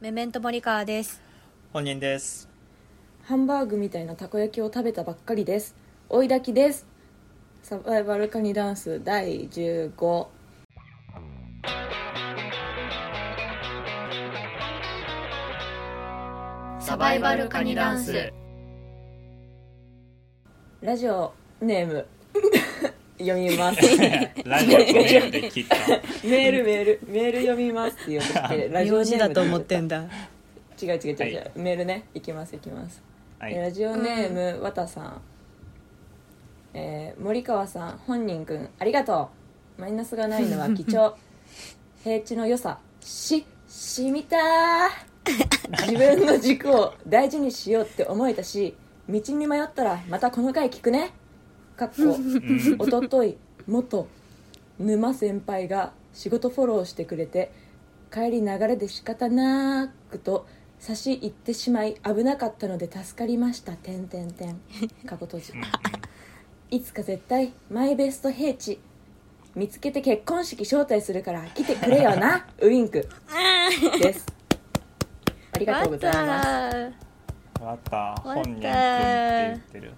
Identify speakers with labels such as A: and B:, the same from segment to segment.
A: メメントモリカーです
B: 本人です
C: ハンバーグみたいなたこ焼きを食べたばっかりです追い炊きですサバイバルカニダンス第15
A: サバイバルカニダンス
C: ラジオネーム 読みます
B: ラジオメールで切った
C: メールメールメール読みますって言 ってラ
A: 美
C: ジオ
A: 容
C: ネー
A: 師
C: ム
A: だと思ってんだ
C: 違う違う違う違う、
B: はい
C: メールねいきますいきます
B: は
C: えーラ
B: い
C: ジオネームわたさん、えー森川さん本人くんありがとうマイナスがないのは貴 重平地の良さししみたー自分の軸を大事にしようって思えたし道に迷ったらまたこの回聞くねかっこ
B: うん
C: おととい元沼先輩が仕事フォローしてくれて帰り流れで仕方なくと差し入ってしまい危なかったので助かりましたてんてんてん過去閉じいつか絶対マイベスト平地見つけて結婚式招待するから来てくれよなウインクですありがとうございます
A: ー
B: わた本人くんって言ってる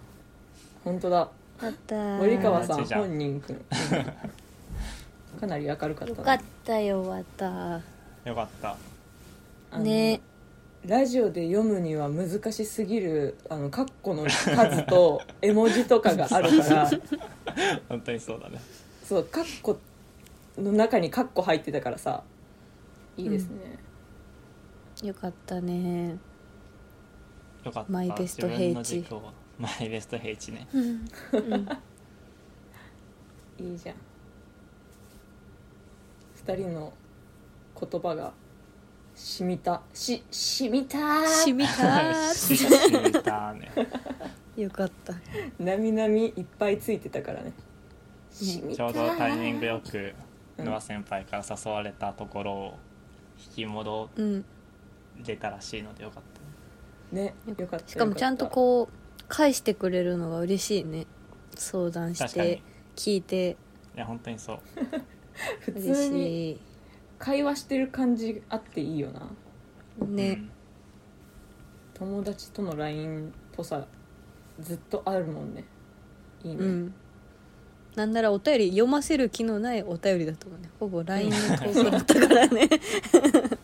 C: 本当だ
A: また
C: 森川さ
B: マ
C: ん
B: ジじゃん
C: 本人くんうんかなり明るかったな
A: よかったよわた
B: よかった
C: あの
A: ね
C: ラジオで読むには難しすぎるあのカッコの数 と絵文字とかがあるから
B: 本当にそうだね
C: そうカッコの中にカッコ入ってたからさいいですね、
A: よかったね
B: よかった
A: マイベスト平地
B: 自分の軸をマイベスト平地ね
C: いいじゃん2人の言葉がしみたししみた
A: し
C: ー
A: みた
B: し
A: ー
B: しみたね
A: よかった
C: なみなみいっぱいついてたからねしみ
B: ち
C: た
B: ょう
C: ー
B: どタイミングよくノア先輩から誘われたところを引き戻
A: うん
B: れたらしいのでよかったね
C: ねよかった
A: しかもちゃんと
C: う
A: こう返してくれるのが嬉しいね相談し
B: 確かに
A: て聞いて
B: いや本当にそう
C: 普
A: 嬉
C: 通に
A: しい
C: 会話してる感じあっていいよな
A: ね、
B: うん
C: 友達との LINE っぽさずっとあるもんねいいね、
A: うん、なんならお便り読ませる気のないお便りだと思うねほぼ LINE の投稿だったからね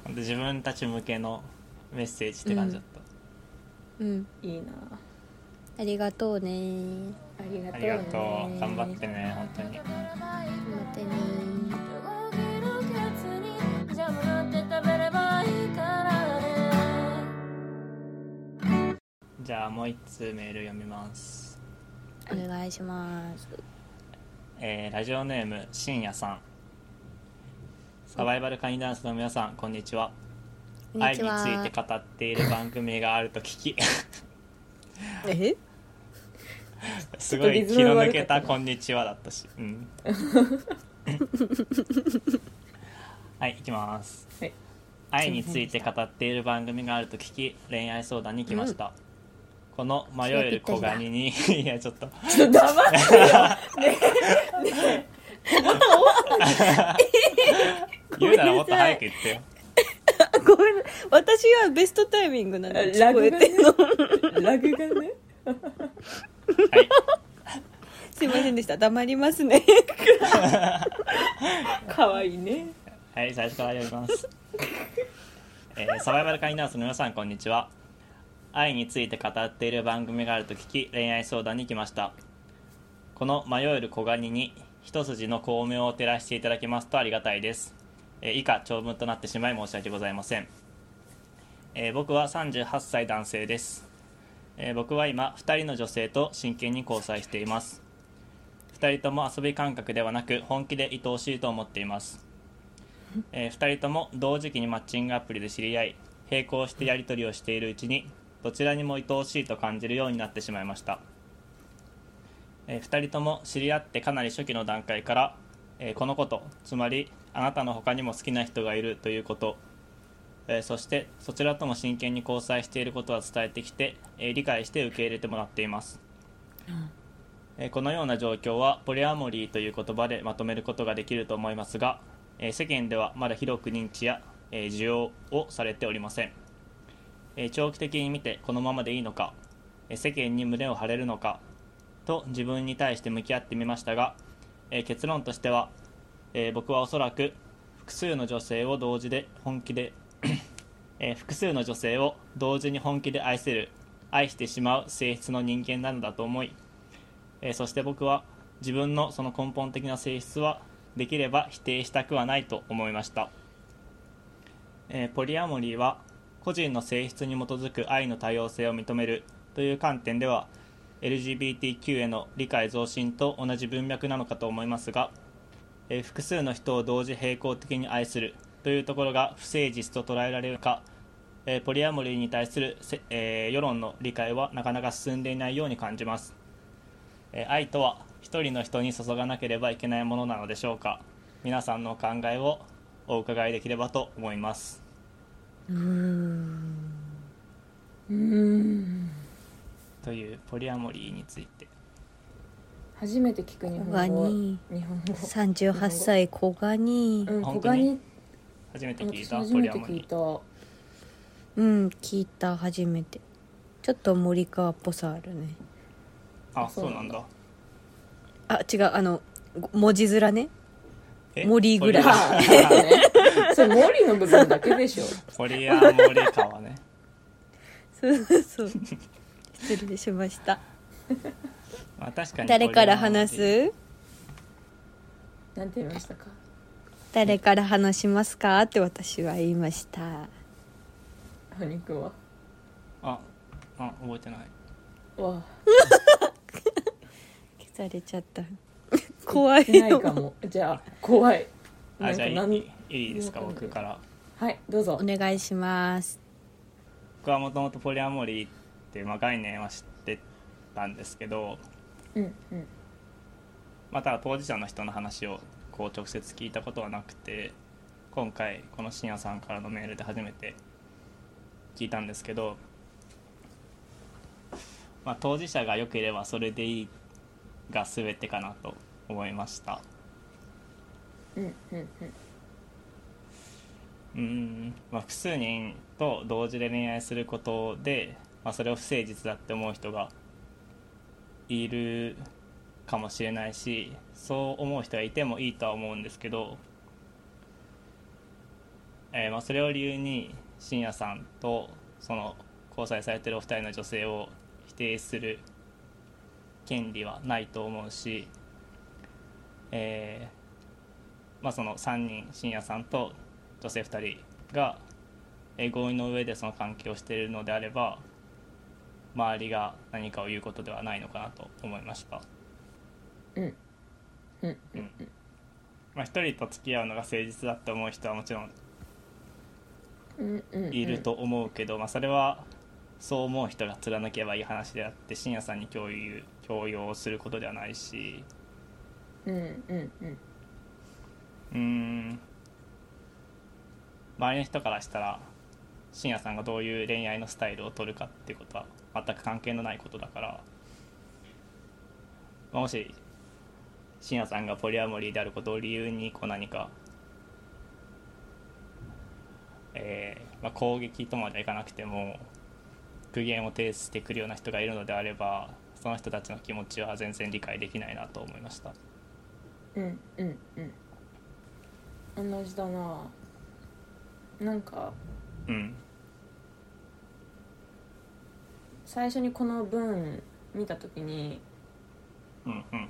B: ほんで自分たち向けのメッセージって感じだった、
A: うん
C: いいな
A: ありがとうね
C: ありが
B: あ
C: とう
B: り
C: ね
B: がとう頑張ってね本当に
A: またね
D: 動けるケツにジャムなんて食べればいいからね
B: じゃあもう一通メール読みます、
A: お願いします
B: えーラジオネームしんやさんサバイバルカニダンスの皆さんこんにちは
A: こんにちは
B: 愛について語っている番組があると聞 き
A: え
B: すごい気の抜けた「こんにちは」だったしうん はい行きます、
C: はい
B: 愛について語っている番組があると聞き恋愛相談に来ました、この迷える子ガニにいやちょっと
C: ちょっと黙ってよ
B: 言うならもっと早く言ってよ
A: ごめん私はベストタイミングなんで聞
C: ラ
A: こ
C: グ
A: え
C: が
A: て
C: ね
A: るの
C: ラグがね
B: はい
A: すいませんでした黙りますね
C: 可愛いね
B: はい、最初からやります。 えーサバイバルカニナースの皆さん、こんにちは。愛について語っている番組があると聞き、恋愛相談に来ました。この迷える小ガニに、一筋の光明を照らしていただけますとありがたいです。えー以下、長文となってしまい申し訳ございません。えー僕は38歳男性です。えー僕は今、2人の女性と真剣に交際しています。2人とも遊び感覚ではなく、本気で愛おしいと思っています。え2人とも同時期にマッチングアプリで知り合い並行してやり取りをしているうちにどちらにも愛おしいと感じるようになってしまいました、え2人とも知り合ってかなり初期の段階から、えーこのことつまりあなたの他にも好きな人がいるということ、えーそしてそちらとも真剣に交際していることは伝えてきて、えー理解して受け入れてもらっています、えーこのような状況はポリアモリーという言葉でまとめることができると思いますが、えー世間ではまだ広く認知やえー需要をされておりません、えー長期的に見てこのままでいいのか、えー世間に胸を張れるのかと自分に対して向き合ってみましたが、えー結論としては、えー僕はおそらく複数の女性を同時で本気で、 えー複数の女性を同時に本気で愛せる愛してしまう性質の人間なのだと思いえーそして僕は自分のその根本的な性質はできれば否定したくはないと思いました、えーポリアモリーは個人の性質に基づく愛の多様性を認めるという観点では LGBTQ への理解増進と同じ文脈なのかと思いますが、えー複数の人を同時並行的に愛するというところが不誠実と捉えられるか、えーポリアモリーに対するせ、えー世論の理解はなかなか進んでいないように感じますえー愛とは一人の人に注がなければいけないものなのでしょうか皆さんのお考えをお伺いできればと思います
C: うーん
B: というポリアモリーについて
C: 初めて聞く日本
A: ワ
C: 語
A: ニ
C: 日本語
A: 38歳小ガニ
C: うん
B: 本
C: 小
B: 当に
C: に
B: 初めて聞い
C: 私
B: た
C: 初
B: ポ
C: め
B: リ
C: て
B: アモリ
C: 聞い
B: ー
C: た
A: うん聞いた初めてちょっと森川っぽさあるね
B: あ
C: そう
B: そう
C: な
B: なんん
C: だ
B: だ
A: あ違うあのご文字面ね森ぐらい
B: ポリ
C: あーねそれ森の部分だけでしょ
B: ポリアモリーかはね
A: そうそうそう失礼しました
B: まあ確かに
A: 誰から話
B: ポリアモリー
A: す
C: なんて言いましたか
A: 誰から話しますかって私は言いました
C: お肉は
B: ああ覚えてない
C: わ
A: 消されちゃった 怖い
C: いない
A: よ
C: かもじゃあ怖いな
B: あ
C: ん
B: じゃあ
C: か
B: い
C: なん
B: いいいですか
C: なんか
B: 僕から
C: はいどうぞ
A: お願いします
B: 僕はもともとポリアモリーっていうまあ概念は知ってたんですけど
C: うんうん
B: または当事者の人の話をこう直接聞いたことはなくて今回この深夜さんからのメールで初めて聞いたんですけど、まあ、当事者が良ければそれでいいが全てかなと思いました
C: うんうん
B: うん、まあ、複数人と同時で恋愛することで、まあ、それを不誠実だって思う人がいるかもしれないしそう思う人がいてもいいとは思うんですけど、えーまあそれを理由に深夜さんとその交際されてるお二人の女性を否定する権利はないと思うし、えーまあ、その3人深夜さんと女性2人がえー合意の上でその関係をしているのであれば周りが何かを言うことではないのかなと思いました、
C: うんうん
B: まあ、1人と付き合うのが誠実だって思う人はもちろん
C: うんうんうん
B: いると思うけど、まあ、それはそう思う人が貫けばいい話であって深夜さんに共有強要することではないし
C: うんうんうん
B: うーん周りの人からしたら深夜さんがどういう恋愛のスタイルを取るかっていうことは全く関係のないことだから、まあもし深夜さんがポリアモリーであることを理由にこう何か、えーまあ、攻撃とまではいかなくても苦言を呈してくるような人がいるのであればその人たちの気持ちは全然理解できないなと思いました。
C: うんうんうん同じだななんか
B: うん、
C: 最初にこの文見た時に
B: うん、うん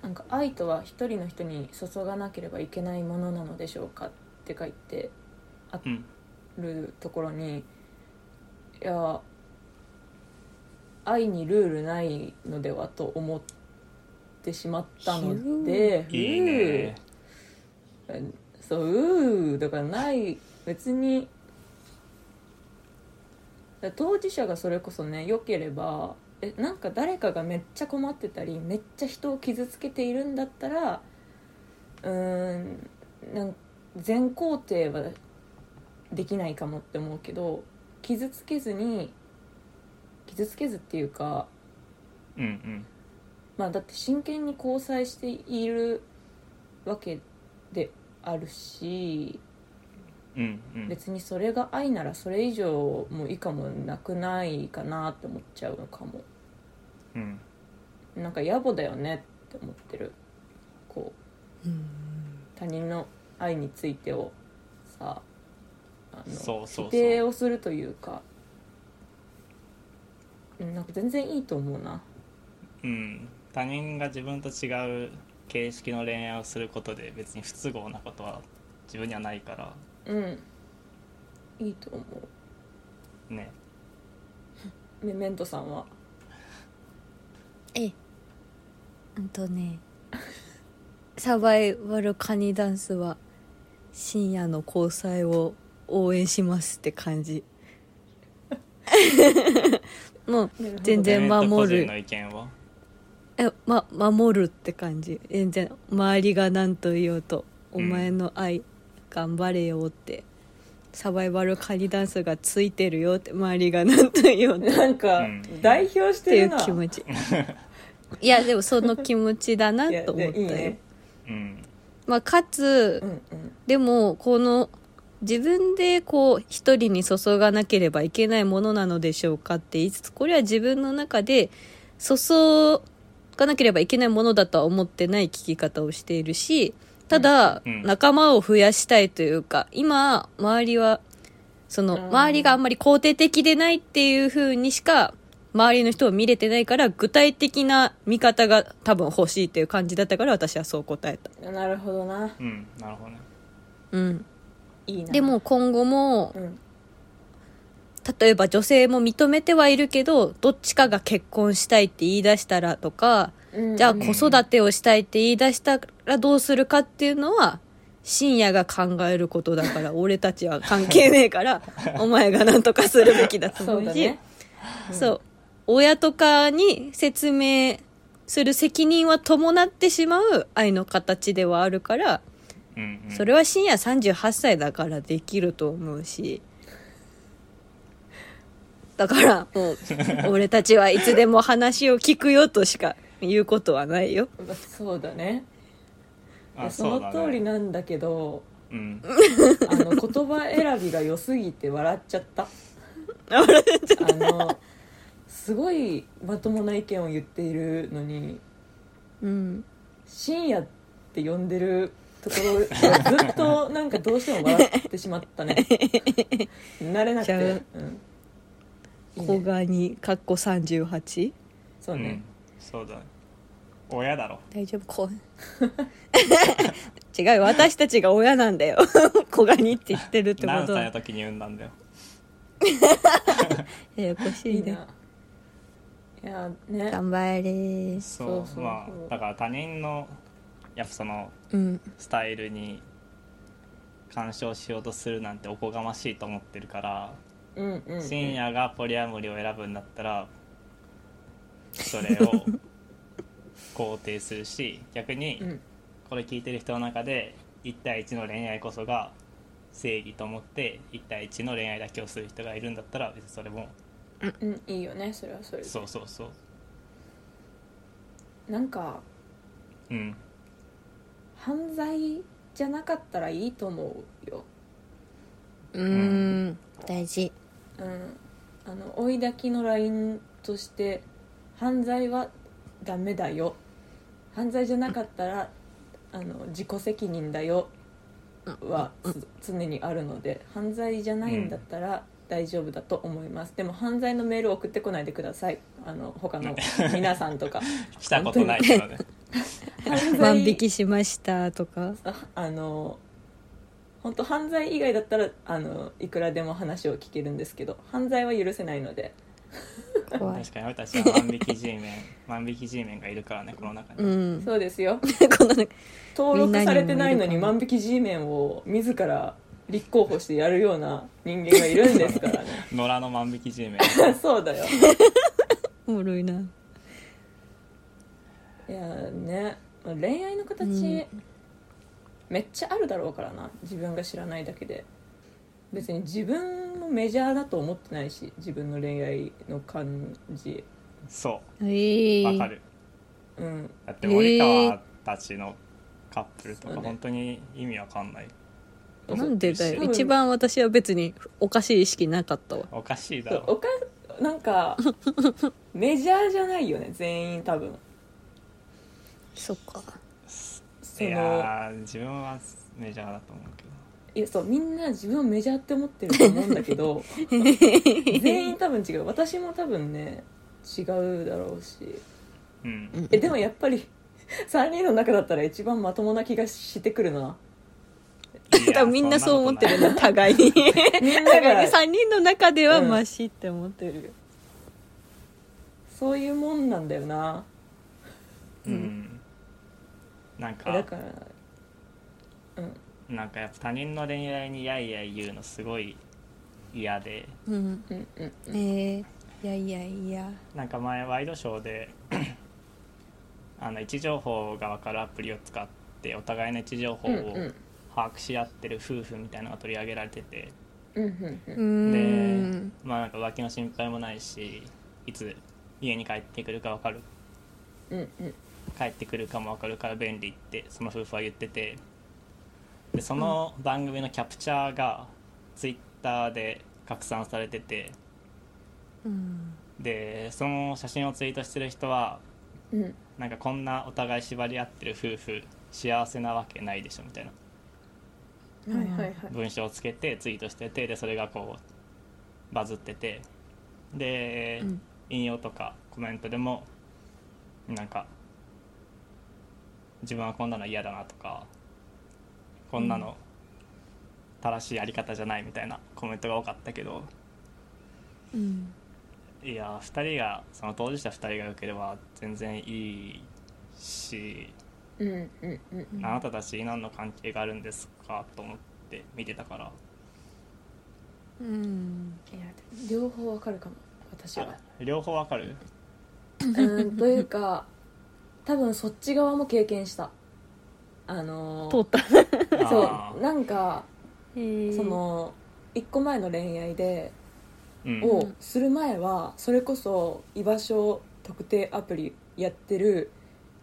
C: なんか愛とは一人の人に注がなければいけないものなのでしょうかって書いて
B: うん
C: るところにいや愛にルールないのではと思ってしまったので
B: いいね。
C: そううーだからない別にだから当事者がそれこそね良ければえなんか誰かがめっちゃ困ってたりめっちゃ人を傷つけているんだったらうーんなん全肯定はできないかもって思うけど傷つけずに傷つけずっていうか
B: うんうん
C: まあだって真剣に交際しているわけであるし
B: うんうん
C: 別にそれが愛ならそれ以上もう以下もなくないかなって思っちゃうのかも
B: うん
C: なんか野暮だよねって思ってるこう
A: うん
C: 他人の愛についてをさあの
B: そうそうそう
C: 否定をするというかうんなんか全然いいと思うな
B: うん他人が自分と違う形式の恋愛をすることで別に不都合なことは自分にはないから
C: うんいいと思
B: ね
C: うメメントさんは
A: ええうんとねサバイバルカニダンスは深夜の交際を応援しますって感 じもう
C: なるほど
A: 全然
B: メント個
A: 守
B: 人
A: る
B: の意見を
A: えま守るって感じ全然周りが何と言おうと「お前の愛頑張れよ」って、サバイバルカニダンスがついてるよって周りが何と言おうとっ
C: なんか
B: うん
C: 代表して
A: い
C: てる
A: う
C: な
A: 気持ちいやでもその気持ちだない
C: や
A: と思った
C: いい
A: よ
C: ね
B: うん
A: まあ、かつ、
C: うんうん
A: でもこの自分でこう一人に注がなければいけないものなのでしょうかって言いつつこれは自分の中で注がなければいけないものだとは思ってない聞き方をしているしただ
B: うんうん
A: 仲間を増やしたいというか今周りはその
C: うん
A: 周りがあんまり肯定的でないっていう風にしか周りの人を見れてないから具体的な見方が多分欲しいっていう感じだったから私はそう答えた。
C: なるほどな
B: うんなるほどね
A: うん
C: いいな
A: でも今後も
C: うん
A: 例えば女性も認めてはいるけどどっちかが結婚したいって言い出したらとか
C: うん
A: じゃあ子育てをしたいって言い出したらどうするかっていうのは深夜が考えることだから 俺たちは関係ねえからお前が何とかするべきだと
C: そう
A: 思う
C: だ
A: し
C: ね
A: そう親とかに説明する責任は伴ってしまう愛の形ではあるから
B: うん、うん、
A: それは深夜38歳だからできると思うしだからもう 俺たちはいつでも話を聞くよとしか言うことはないよ
C: まあそうだねいや
B: あ
C: その
B: うだね
C: 通りなんだけ ど
B: うん
C: あの言葉選びが良すぎて笑っちゃった あのすごいまともな意見を言っているのに
A: うん
C: 深夜って呼んでるところがずっとなんかどうしても笑ってしまったね慣れなく
A: じゃ
C: て
A: あ
C: うんいいね
A: 小ガニかっこ38
C: そう
B: う
C: ね
B: ん、そうだね親だろ
A: 大丈夫こう 違うよ私たちが親なんだよ 小ガニって言ってるってこ
B: 何
A: と
B: 歳の
A: は
B: 時に産んだんだよ
A: ややこし
C: い
A: い
C: い
A: ね
C: ないやね
A: 頑張れ
B: そう
C: そうそうそう
B: まあだから他人のやっぱその
A: うん
B: スタイルに干渉しようとするなんておこがましいと思ってるから
C: うんうんうん
B: 深夜がポリアムリを選ぶんだったらそれを肯定するし逆に
C: うん
B: これ聞いてる人の中で1対1の恋愛こそが正義と思って1対1の恋愛だけをする人がいるんだったら別にそれも
C: うんいいよねそれはそれで
B: そうそうそう
C: なんか
B: うん
C: 犯罪じゃなかったらいいと思うよ
A: うーん大事
C: うんあの追い焚きのラインとして犯罪はダメだよ犯罪じゃなかったらあの自己責任だよはつ常にあるので犯罪じゃないんだったら大丈夫だと思います、でも犯罪のメールを送ってこないでくださいあの他の皆さんとか
B: 来たことないからね
C: 犯罪
A: 万引きしましたとか
C: ああの本当犯罪以外だったらあのいくらでも話を聞けるんですけど犯罪は許せないので
A: 怖い
B: 確かに俺たちは万引き G メン万引き G メンがいるからねこの中に、
A: うん
C: そうですよ
A: この中
C: 登録されてないの
A: み
C: に
A: んなに
C: 万引き G メンを自ら立候補してやるような人間がいるんですからね
B: 野良の万引き G メン
C: そうだよ
A: おもろいない
C: やーねまあ恋愛の形、
A: うん
C: めっちゃあるだろうからな自分が知らないだけで別に自分もメジャーだと思ってないし自分の恋愛の感じ
B: そ
A: ええ
B: うわかる
C: うん
B: だって森川たちのカップルとか、
C: そうね
B: 本当に意味わかんない
A: なんでだよ
C: 多分
A: 一番私は別におかしい意識なかったわ
B: おかしいだ
C: そう
B: ろ
C: おかなんかメジャーじゃないよね全員多分
A: そっか
C: そ
B: い
C: の
B: やー自分はメジャーだと思うけど
C: いやそうみんな自分をメジャーって思ってると思うんだけど全員多分違う私も多分ね違うだろうし
B: うん、
A: うん
C: えでもやっぱり3人の中だったら一番まともな気がしてくるない
B: や
A: 多分みんなそう思ってるんだ
B: そんなこ
A: 互いに
C: みんな
A: 互い
C: が
A: に3人の中では
C: うん
A: マシって思ってるよ、
C: そういうもんなんだよな
B: とないうんなん
C: えだ
B: か
C: からうん
B: なんかやっぱ他人の恋愛にやいやい言うのすごい嫌で
A: うん
C: うんうん
A: えー、いやいやいや
B: なんか前ワイドショーで あの位置情報が分かるアプリを使ってお互いの位置情報
C: うん
B: を把握し合ってる夫婦みたいなのが取り上げられてて、
C: うんうんう
A: うんーん
B: でまあなんか浮気の心配もないしいつ家に帰ってくるか分かる
C: うんうん
B: 帰ってくるかも分かるから便利ってその夫婦は言っててでその番組のキャプチャーがツイッターで拡散されてて
A: うん
B: でその写真をツイートしてる人は
C: うん
B: なんかこんなお互い縛り合ってる夫婦幸せなわけないでしょみたいな
C: うんはいはいはい
B: 文章をつけてツイートしててでそれがこうバズっててで、
A: うん
B: 引用とかコメントでもなんか自分はこんなの嫌だなとかこんなの正しいやり方じゃないみたいなコメントが多かったけど
A: うん
B: いや2人がその当事者2人が良ければ全然いいし
C: うんうんうん
B: あなたたち何の関係があるんですかと思って見てたから
A: うん
C: いや両方わかるかも私は
B: 両方わかる
C: うんというか多分そっち側も経験したあのー
A: 通った
B: あ
C: そうなんかそ
A: そ
C: の一個前の恋愛で
B: ーうん
C: をする前はそれこそ居場所特定アプリやってる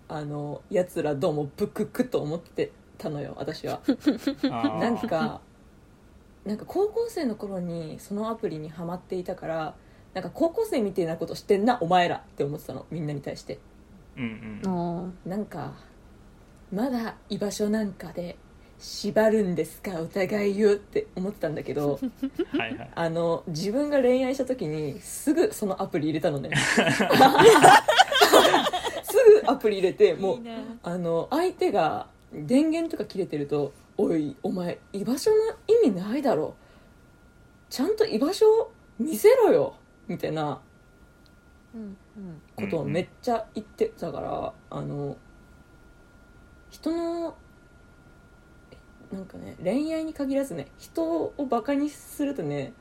C: あのやつらどうもブククと思ってたのよ私は
B: あー
C: なんかなんか高校生の頃にそのアプリにハマっていたからなんか高校生みたいなことしてんなお前らって思ってたのみんなに対して
B: うんうん
A: あ
C: なんかまだ居場所なんかで縛るんですかお互いよって思ってたんだけど
B: はいはい
C: あの自分が恋愛した時にすぐそのアプリ入れたのね すぐアプリ入れて
A: ー
C: もう
A: いいな
C: あの相手が電源とか切れてると「おいお前居場所の意味ないだろちゃんと居場所を見せろよ」みたいな
A: うんうん
C: ことをめっちゃ言ってたから、あの人のなんかね恋愛に限らずね人をバカにするとね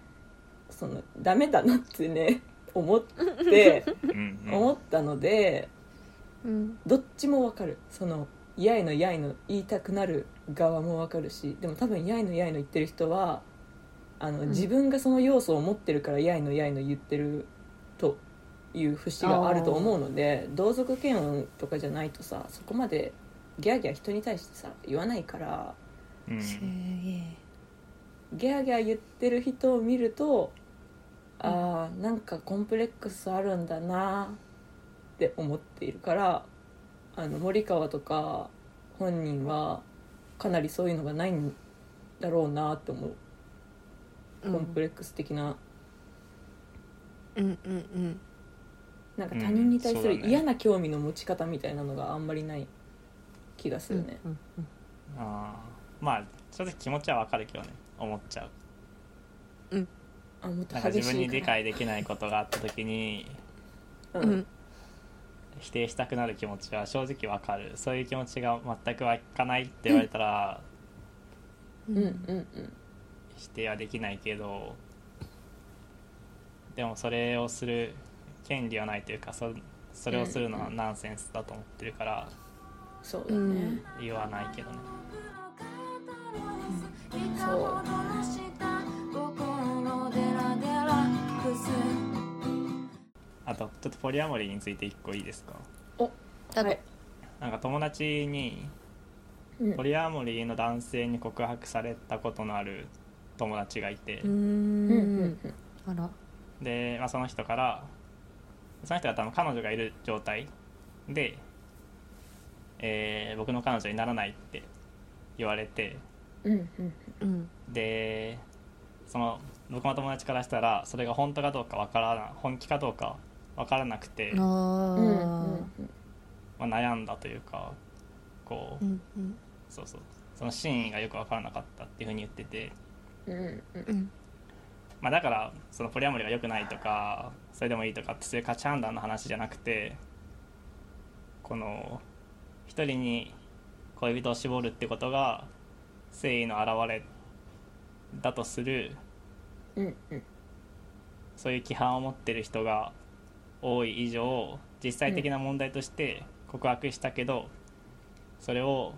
C: そのダメだなってね思って
B: うんうん
C: 思ったので
A: うん
C: どっちもわかるその「やいのやいの」言いたくなる側もわかるしでも多分「やいのやいの」言ってる人はあの、
A: ん
C: 自分がその要素を持ってるから「やいのやいの」言ってるという節があると思うので同族嫌悪とかじゃないとさそこまでギャーギャー人に対してさ言わないから
B: うん
A: すげえ
C: ギャーギャー言ってる人を見ると、あーなんかコンプレックスあるんだなって思っているからあの森川とか本人はかなりそういうのがないんだろうなって思う、コンプレックス的な
A: うんうんうん
C: なんか他人に対す
B: うんそうだ
C: る
B: ね
C: 嫌な興味の持ち方みたいなのがあんまりない気がするね、
A: うん
B: あーまあ正直気持ちはわかるけどね思っちゃう
C: あもっと
B: なんか
C: 激
B: 自
C: し
B: 分に
C: いか
B: 理
C: ら
B: 解できないことがあった時に
A: うんうん
B: 否定したくなる気持ちは正直わかるそういう気持ちが全く湧かないって言われたら
C: うんうんうん
B: 否定はできないけどでもそれをする権利はないというかそそれをするのはナンセンスだと思ってるから
C: そうだね、
B: 言わないけどね
C: そう
B: あとちょっとポリアモリーについて一個いいですか
C: お
A: だと
C: はい
B: なんか友達に
C: うん
B: ポリアモリーの男性に告白されたことのある友達がいて、
A: うー
C: うんうん
A: ん
C: うん
A: あら
B: で、まあ、その人からその人が多分彼女がいる状態で、えー僕の彼女にならないって言われて
C: うんうん
A: うん
B: でその僕の友達からしたらそれが本当かどうかわからな本気かどうかわからなくて、
A: あ
B: ま
A: あ
C: うんうん
B: あ、悩んだというかこう
A: うんうん
B: そうそうその真意がよくわからなかったっていうふうに言ってて、
C: うんうん
A: うん
B: まあ、だからそのポリアモリが良くないとかそれでもいいとかってそういう価値判断の話じゃなくてこの一人に恋人を絞るってことが誠意の表れだとする
C: うんうん
B: そういう規範を持ってる人が多い以上実際的な問題として告白したけど、それを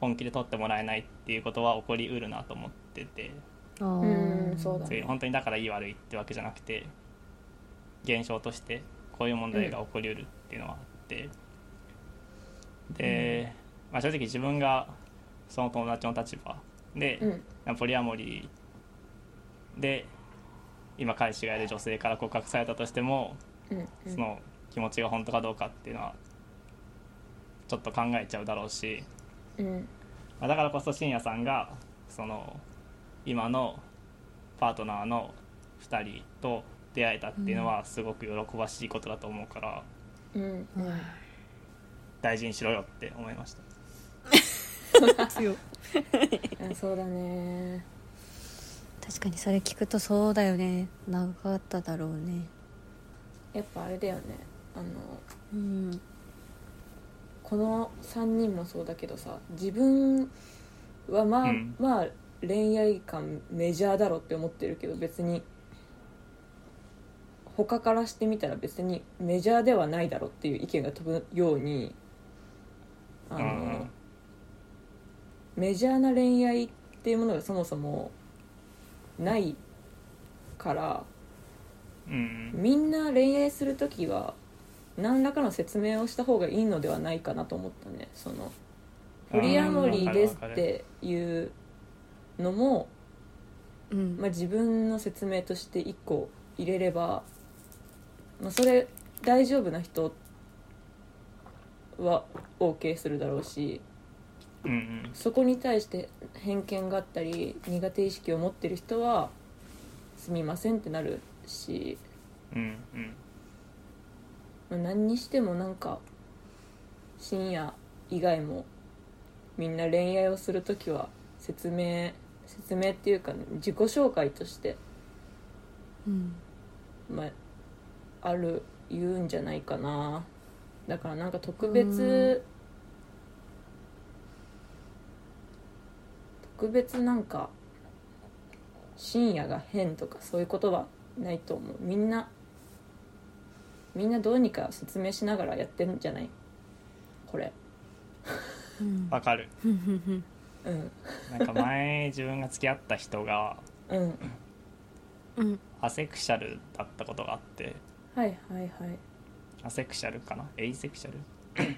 B: 本気で取ってもらえないっていうことは起こりうるなと思ってて
A: あー
C: うんそうだ
B: そういう本当にだからいい悪いってわけじゃなくて現象としてこういう問題が起こりうるっていうのはあって、で、まあ、正直自分がその友達の立場で、
C: うん
B: ポリアモリーで今彼氏がいる女性から告白されたとしても、
C: うんうん
B: その気持ちが本当かどうかっていうのはちょっと考えちゃうだろうし、
C: うん
B: まあだからこそ深夜さんがその今のパートナーの2人と出会えたっていうのはすごく喜ばしいことだと思うから
C: うんうん
B: 大事にしろよって思いました。
A: 強い
C: あそうだね
A: 確かにそれ聞くとそうだよね長かっただろうね
C: やっぱあれだよねあの
A: うん
C: この3人もそうだけどさ自分はまあ、
B: うん
C: まあ恋愛感メジャーだろって思ってるけど別に他からしてみたら別にメジャーではないだろっていう意見が飛ぶようにあの、
B: うん
C: メジャーな恋愛っていうものがそもそもないから
B: うん
C: みんな恋愛する時は何らかの説明をした方がいいのではないかなと思ったねそのポリアモリーですっていうのも、
A: うん
C: まあ、自分の説明として1個入れれば、まあ、それ大丈夫な人は OK するだろうし
B: うんうん
C: そこに対して偏見があったり苦手意識を持ってる人はすみませんってなるし
B: うんうん
C: まあ何にしてもなんか深夜以外もみんな恋愛をする時は説明説明っていうか自己紹介として、
A: うん
C: まあ、ある言うんじゃないかなだからなんか特別特別なんか深夜が変とかそういうことはないと思うみんなみんなどうにか説明しながらやってるんじゃないこれ
A: うん
B: わかる
A: ふんふんふん
C: うん
B: なんか前自分が付き合った人が
C: うん
A: うん
B: アセクシャルだったことがあって
C: はいはいはい
B: アセクシャルかなエイセクシャル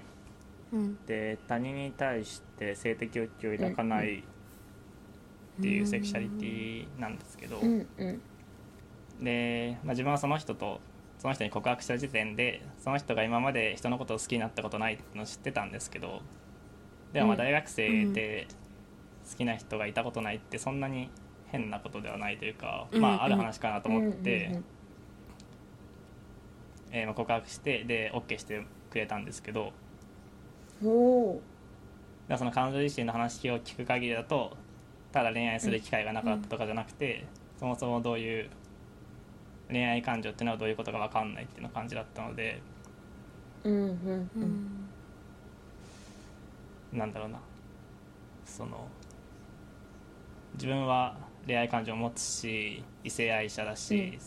A: うん
B: で他人に対して性的欲求を抱かないっていうセクシャリティなんですけど、
C: うんうん
B: で、まあ、自分はその人とその人に告白した時点でその人が今まで人のことを好きになったことないっていうのを知ってたんですけどでもまあ
C: うん
B: 大学生で好きな人がいたことないってそんなに変なことではないというか、
A: うん
B: ま
A: うん
B: あある話かなと思って、
C: うんうん
B: えーまあ告白してで OK してくれたんですけど
C: うんおー
B: だからその彼女自身の話を聞く限りだとただ恋愛する機会がなかったとかじゃなくて、そもそもどういう恋愛感情っていうのはどういうことか分かんないっていうの感じだったので
C: うんうん
A: う
C: うん
A: ん
B: なんだろうなその自分は恋愛感情を持つし異性愛者だし、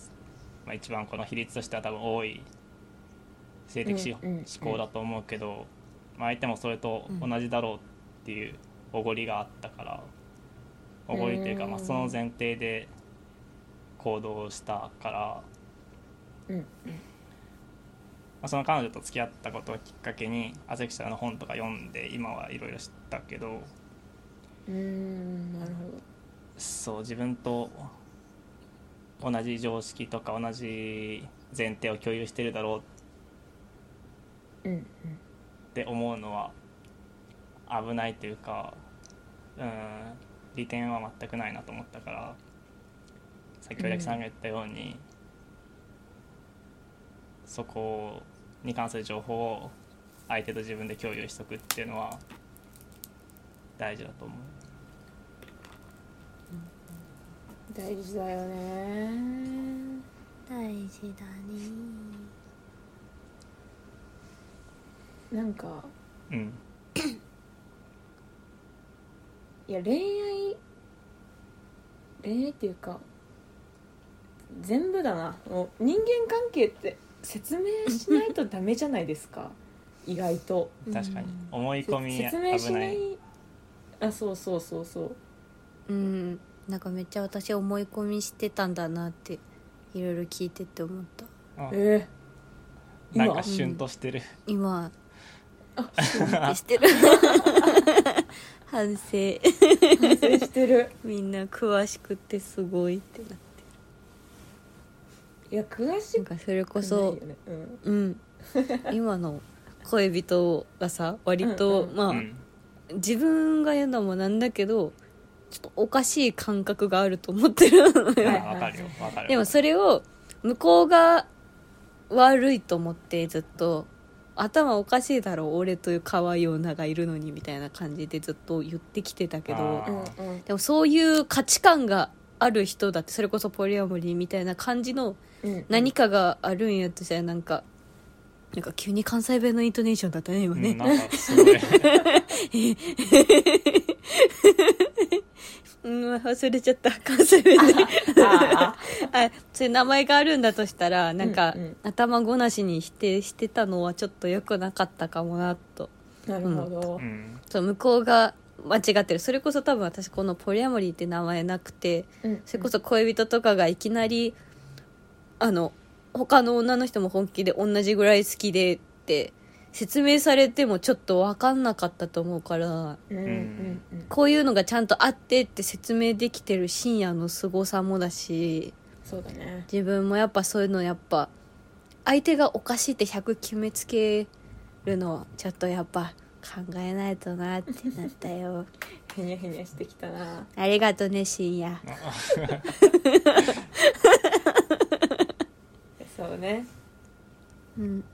B: まあ、一番この比率としては多分多い性的思
C: うんうんうん
B: 考だと思うけど、まあ、相手もそれと同じだろうっていうおごりがあったからおごりというか、まあ、
C: うん
B: その前提で行動したから、
C: うん
B: まあ、その彼女と付き合ったことをきっかけにアセクシャルの本とか読んで今はいろいろ知ったけど
C: うーんなるほど
B: そう自分と同じ常識とか同じ前提を共有してるだろう
C: うんうん
B: って思うのは危ないというかうん利点は全くないなと思ったからさっきおやきさんが言ったように、そこに関する情報を相手と自分で共有しとくっていうのは大事だと思う。
C: 大事だよね
D: 大事だね
C: なんか
B: うん、
C: いや恋愛恋愛っていうか全部だなもう人間関係って説明しないとダメじゃないですか 意外と
B: 確かに思い
C: せ
B: 込み
C: 説明し
B: 危
C: な
B: ないい
C: あそうそうそうそう
A: うんなんかめっちゃ私思い込みしてたんだなっていろいろ聞いてって思った
B: あ
C: え
B: なん
C: 今
B: かシュンとしてる、
A: 今シュンってしてる 反省
C: え反省してる
A: みんな詳しくてすごいってない
C: や詳し
A: なん
C: く
A: かそれこ
C: ないよ
A: そ
C: ねう
A: う
C: ん
A: ん今の恋人がさ割と、
C: うんうん
A: まあ、
B: うん
A: 自分が言うのもなんだけどちょっとおかしい感覚があると思ってるのよ
B: あ
C: はい
B: わかるよわかる
A: でもそれを向こうが悪いと思ってずっと頭おかしいだろ俺という可愛い女がいるのにみたいな感じでずっと言ってきてたけど
B: あ
C: うんうん
A: でもそういう価値観がある人だってそれこそポリアモリーみたいな感じの
C: うん
A: 何かがあるんやとしたらなんかなんか急に関西弁のイントネーションだったね今ね、
B: うんなんかすごい
A: うん、忘れちゃった関西弁であ
C: あ
A: そういう名前があるんだとしたらなんか、
C: うんうん
A: 頭ごなしに否定してたのはちょっと良くなかったかもなと
C: ーなるほど
B: うん
A: そう向こうが間違ってるそれこそ多分私このポリアモリーって名前なくて
C: うん
A: それこそ恋人とかがいきなりあの他の女の人も本気で同じぐらい好きでって説明されてもちょっと分かんなかったと思うから
C: うんうんうん
A: こういうのがちゃんとあってって説明できてる深夜の凄さもだし
C: そうだね
A: 自分もやっぱそういうのやっぱ相手がおかしいって100決めつけるのちょっとやっぱ考えないとなってなった よ
C: へにゃへにゃしてきたな
A: ありがとね深夜
C: そうね
A: うん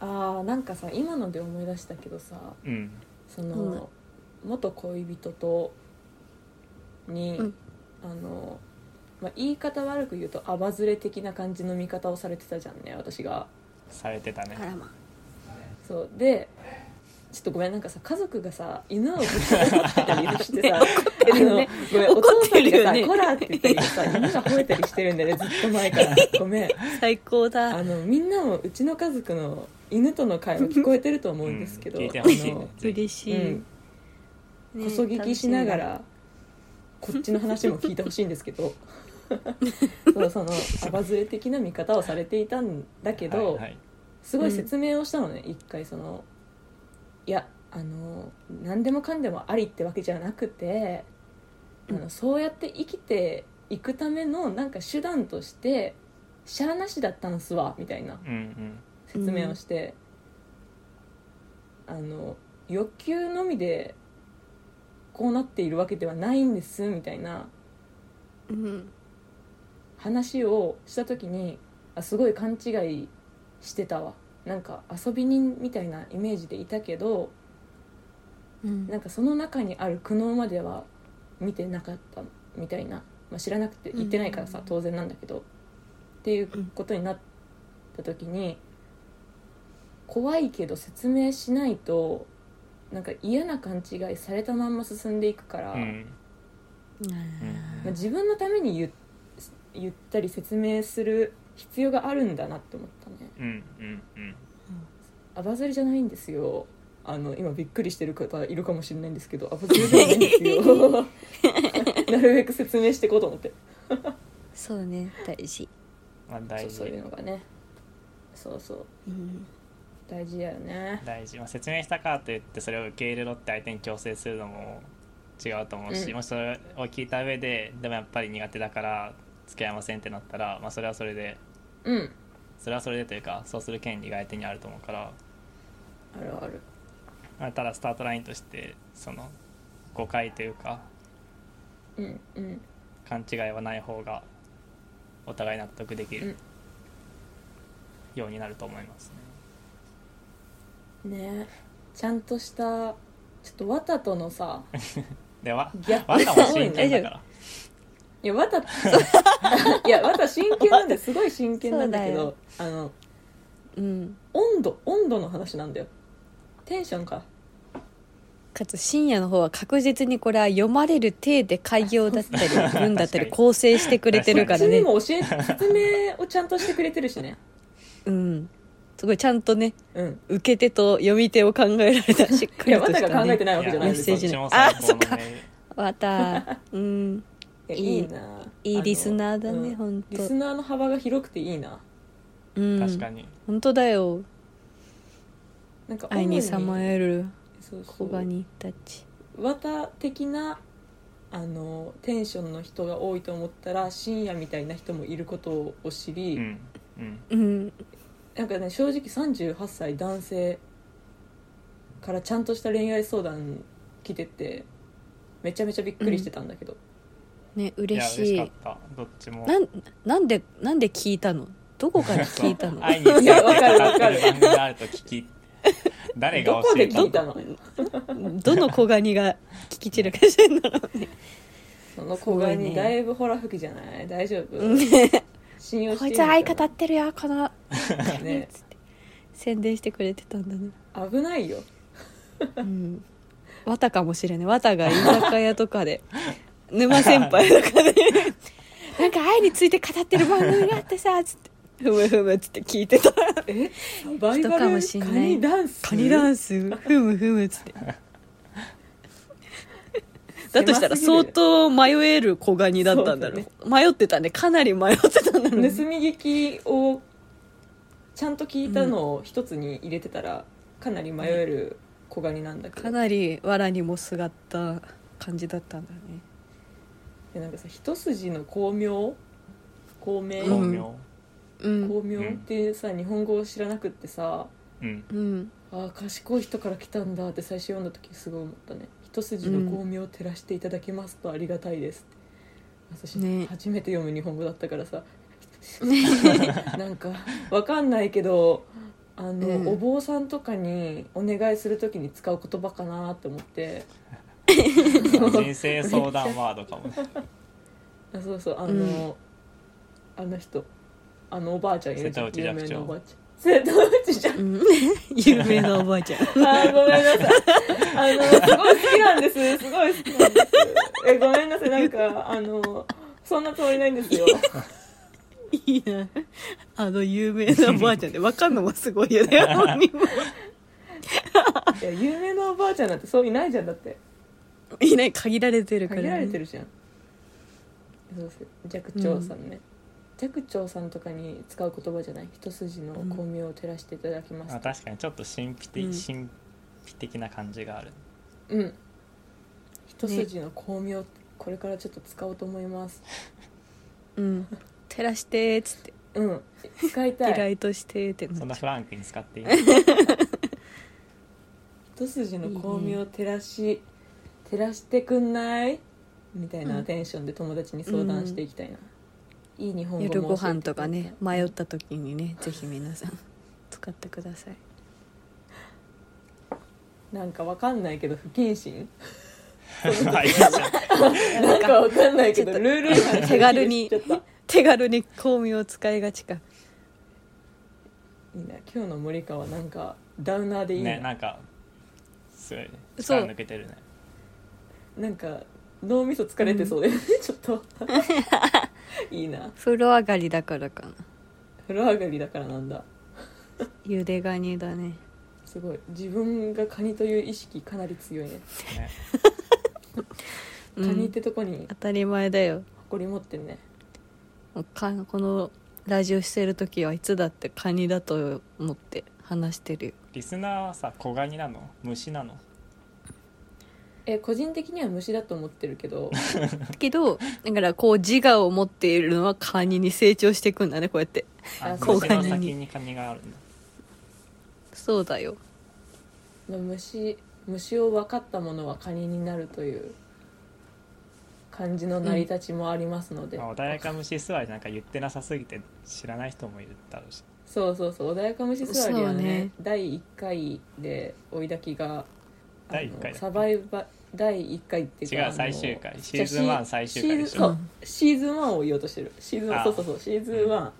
C: あーなんかさ今ので思い出したけどさ
B: うん
C: その、元恋人とに、
A: うん
C: あの、まあ、言い方悪く言うとアバズレ的な感じの見方をされてたじゃんね私が
B: されてたね
A: あらま
C: そうでちょっとごめんなんかさ家族がさ犬をぶつけたりし てさ怒って
A: るよね
C: ごめんお
A: 怒
C: 父
A: っ
C: さ
A: て
C: ん
A: るよ
C: が
A: ね
C: さ「コラ!」って言ったりさ犬が吠えたりしてるんだよねずっと前からごめん
A: 最高
C: あ
A: だ
C: のみんなもうちの家族の犬との会 話聞こえてると思うんですけど、
B: うん聞いて
C: あ
B: ほしい
C: の
A: 嬉しい、
C: うん
A: ね
C: こそ聞きしながらこっちの話も聞いてほしいんです けどそうそのアバズレ的な見方をされていたんだけ
B: は
C: ど、
B: いはい
C: すごい説明をしたのね、一回そのいやあの何でもかんでもありってわけじゃなくて、あのそうやって生きていくためのなんか手段としてしゃあなしだったんすわみたいな
B: うん
C: 説明をして、あの欲求のみでこうなっているわけではないんですみたいな
A: うん
C: 話をした時にあすごい勘違いしてたわなんか遊び人みたいなイメージでいたけど
A: うん
C: なんかその中にある苦悩までは見てなかったみたいな、まあ、知らなくて言ってないからさ、
A: うん
C: 当然なんだけどっていうことになった時に怖いけど説明しないとなんか嫌な勘違いされたまんま進んでいくから、
B: うんうん
C: まあ、自分のために言う言ったり説明する必要があるんだなって思ったね
B: うんうんうん
C: アバズリじゃないんですよあの今びっくりしてる方いるかもしれないんですけどアバズリじゃないんです よなるべく説明していこうと思って
A: そうね大事
B: まあ大事
C: そうそういうのがねそうそう
A: うん
C: 大事だよね
B: 大事、まあ、説明したからといってそれを受け入れろって相手に強制するのも違うと思うし、
C: うん
B: もしそれを聞いた上ででもやっぱり苦手だから付き合いませんってなったら、まあ、それはそれで
C: うん
B: それはそれでというかそうする権利が相手にあると思うから、
C: あるある
B: まあ、ただスタートラインとしてその誤解というか
C: うんうん
B: 勘違いはない方がお互い納得できるようになると思いますね。
C: ねちゃんとしたちょっとわたとの さ
B: でわ
C: ギャップ
B: わたも真剣だから
C: いやわた いやわた真剣なんですごい真剣なんだけどあの
A: うん
C: 温度温度の話なんだよテンションか
A: かつ深夜の方は確実にこれは読まれる体で開業だったり文だった
B: 確かに
A: り構成してくれてる
C: こ
A: か
C: っ
A: ら
C: ち
A: ね
C: にも教え説明をちゃんとしてくれてるしね
A: うんすごいちゃんとね
C: うん
A: 受け手と読み手を考えられたしっか
C: い
A: り
C: や
A: と
C: わ
A: したた、ね、
C: が考えてないわけじゃない
A: メッ
C: です
A: セー
C: よ
A: ジね
B: どっちも最高の
A: あそっか
B: メール
A: わたうん
C: いや
A: いい
C: いいない
A: いリスナーだねほんと
C: リスナーの幅が広くていいな
A: うん
B: 確かに、
A: 本当だよ
C: なんか
A: 愛にさま
C: る
A: える
C: そうそ
A: 小ガ
C: う
A: ニたち
C: 綿的なあのテンションの人が多いと思ったら深夜みたいな人もいることを知り、
B: うんうん、
A: うん
C: なんかね正直38歳男性からちゃんとした恋愛相談来ててめちゃめちゃびっくりしてたんだけど、
A: ね
B: いや
A: 嬉し
B: 嬉
A: い
B: しかったどっちも
A: なんなんでなんで聞いたのどこから聞いたの
B: 愛について語ってる番組があると聞き誰
C: ど
B: が
C: こ
B: 教え
C: で
B: た
C: 聞い
B: の
C: たの
A: どの小ガニが聞き散らかしてんだろうね
C: その子が
A: すごい
C: に
A: ね
C: だいぶほら吹きじゃない大丈夫、信用して
A: こ
C: い
A: い
C: い
A: つ
C: のかな
A: 相方ってるよこの
C: ね
A: 宣伝してくれてたんだね
C: 危ないよ
A: うんわたかもしれないわたが居酒屋とかで沼先輩とかでなんか愛について語ってる番組があってさつってふむふむっつって聞いてた
C: えバイ
A: 人
C: バ
A: か
C: ル
A: もしん
C: カ
A: ない
C: ニダンス
A: カニダ
C: ン
A: ンスふむふむっつって
C: ス
A: だとしたら相当迷える小ガニだったんだろう
C: そ
A: 迷ってたねかなり迷ってたんだろ
C: 盗
A: う
C: み
A: ね
C: 聞きをちゃんと聞いたのを一つに入れてたらかなり迷える子ガニなんだけど
A: かなり藁にもすがった感じだったんだね
C: でなんかさ一筋の光明光明、
B: 巧
A: う
B: 妙
A: うん
C: 光明ってさ日本語を知らなくってさ
B: うん
A: うん
C: ああ賢い人から来たんだって最初読んだ時すごい思ったね「一筋の光明を照らしていただけますとありがたいです」って私、
A: ね
C: 初めて読む日本語だったからさ なんかわかんないけどあの、
A: うん
C: お坊さんとかにお願いする時に使う言葉かなって思って
B: 人生相談ワードかもね
C: あそうそうあの、あの人あのおばあちゃんいるじゃん
B: 瀬戸内
C: 有
B: 寂聴
C: 名なおばあちゃん瀬戸内じゃん
A: うん 有名なおばあちゃん
C: あーごめんなさい。あの、すごい好きなんです。すごい好きなんです。え、ごめんなさい。なんか、あの、そんなつもりないんですよ。
A: いいなあの有名なおばあちゃんで分かんのもすごいよね本人も
C: いや、有名なおばあちゃんなんてそういないじゃん。だって、
A: いない限られてるから、
C: 限られて
A: る
C: るじゃん。そうそう。寂聴さんね。寂聴さんとかに使う言葉じゃない一筋の光明を照らしていただきます
B: あ。確かにちょっと神秘的、
A: うん
B: 神秘的な感じがある
C: うん。一筋の光明って、これからちょっと使おうと思います。
A: うん照らしてっつって
C: うん。使いた
A: 依
C: い。
A: 頼としてって
B: そん
A: な
B: な
A: っち
B: フ
A: ゃ
B: ランクに使っていい
C: 一筋の光明を照らし照らしてくんないみたいなテンションで友達に相談していきたいな、いい日本
A: う
C: 語も
A: 夜ご
C: 教えて
A: 飯とか
C: くれ
A: ね
C: た
A: 迷った時にねぜひ皆さん使ってください
C: なんかわかんないけど不謹 慎
B: あいいじゃん
C: なんかわかんないけど
A: ちょっ
C: ルール違反な気
A: 手
C: が
A: 軽に
C: しちゃったい
A: 手軽に巧妙使いがちか
C: いな今日の森川なんかダウナーでいいな,、
B: ねなんかすごい
A: そう
B: 力抜けてるね
C: なんか脳みそ疲れてそうで、ちょ っといいな
A: 風呂上がりだからかな
C: 風呂上がりだからなんだ
A: ゆでガニだね
C: すごい自分がカニという意識かなり強いね
B: ね
C: カ
A: うん
C: ニってとこに
A: 当たり前だよ
C: 誇り持ってんね、
A: もうかこのラジオしてる時はいつだってカニだと思って話してるよ
B: リスナーはさ子ガニなの虫なの
C: え個人的には虫だと思ってる けど
A: けどだからこう自我を持っているのはカニに成長していくんだねこうやって
B: あ
C: あ
B: 虫
A: 子
B: の
A: ガニ
B: 先
A: に
B: にカニがあるんだ
A: そうだよ
C: まあ虫虫を分かったものはカニになるという感じの成り立ちもありますので、
B: まあ穏やか虫座りなんか言ってなさすぎて知らない人もいるだろうし
C: そうそうそう穏やか虫座り
A: そ
C: はね
A: うね
C: 第1回で追いだきがあの
B: 第一回だっけ
C: サバイバ第1回っていうか
B: 違う
C: あの
B: 最終回
C: じゃあ
B: シーズンワン最終回で
A: ょ
B: し
C: シーズンそうシーズン1を言おうとしてるシーズン
B: あ
C: 1そうそうそうシーズン1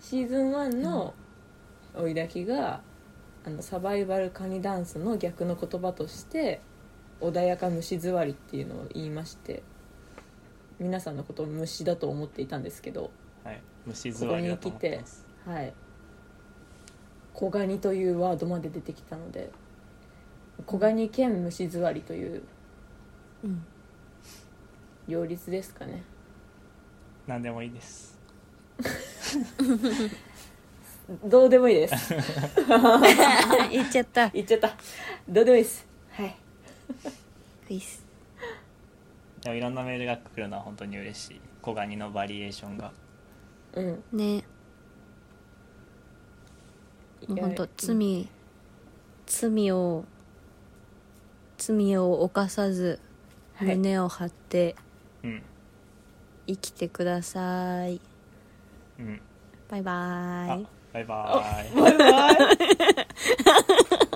C: シーズン1の追いだきがあのサバイバルカニダンスの逆の言葉として穏やか虫座りっていうのを言いまして皆さんのことを虫だと思っていたんですけど
B: はい虫座りだと思ってます
C: はい「小ガニ」というワードまで出てきたので「小ガニ兼虫座り」という
A: うん
C: 両立ですかね
B: 何でもいいです
C: どうでもいいです
A: 言っちゃった
C: 言っちゃったどうでもいいですはい
B: でもいろんなメールが来るのは本当に嬉しい小ガニのバリエーションが
C: うん
A: ねもう本当罪罪を罪を犯さず
C: はい
A: 胸を張って
B: うん
A: 生きてください、
B: うん
A: バイバー
B: あ
A: イ
B: バイバーイ
C: バイバイ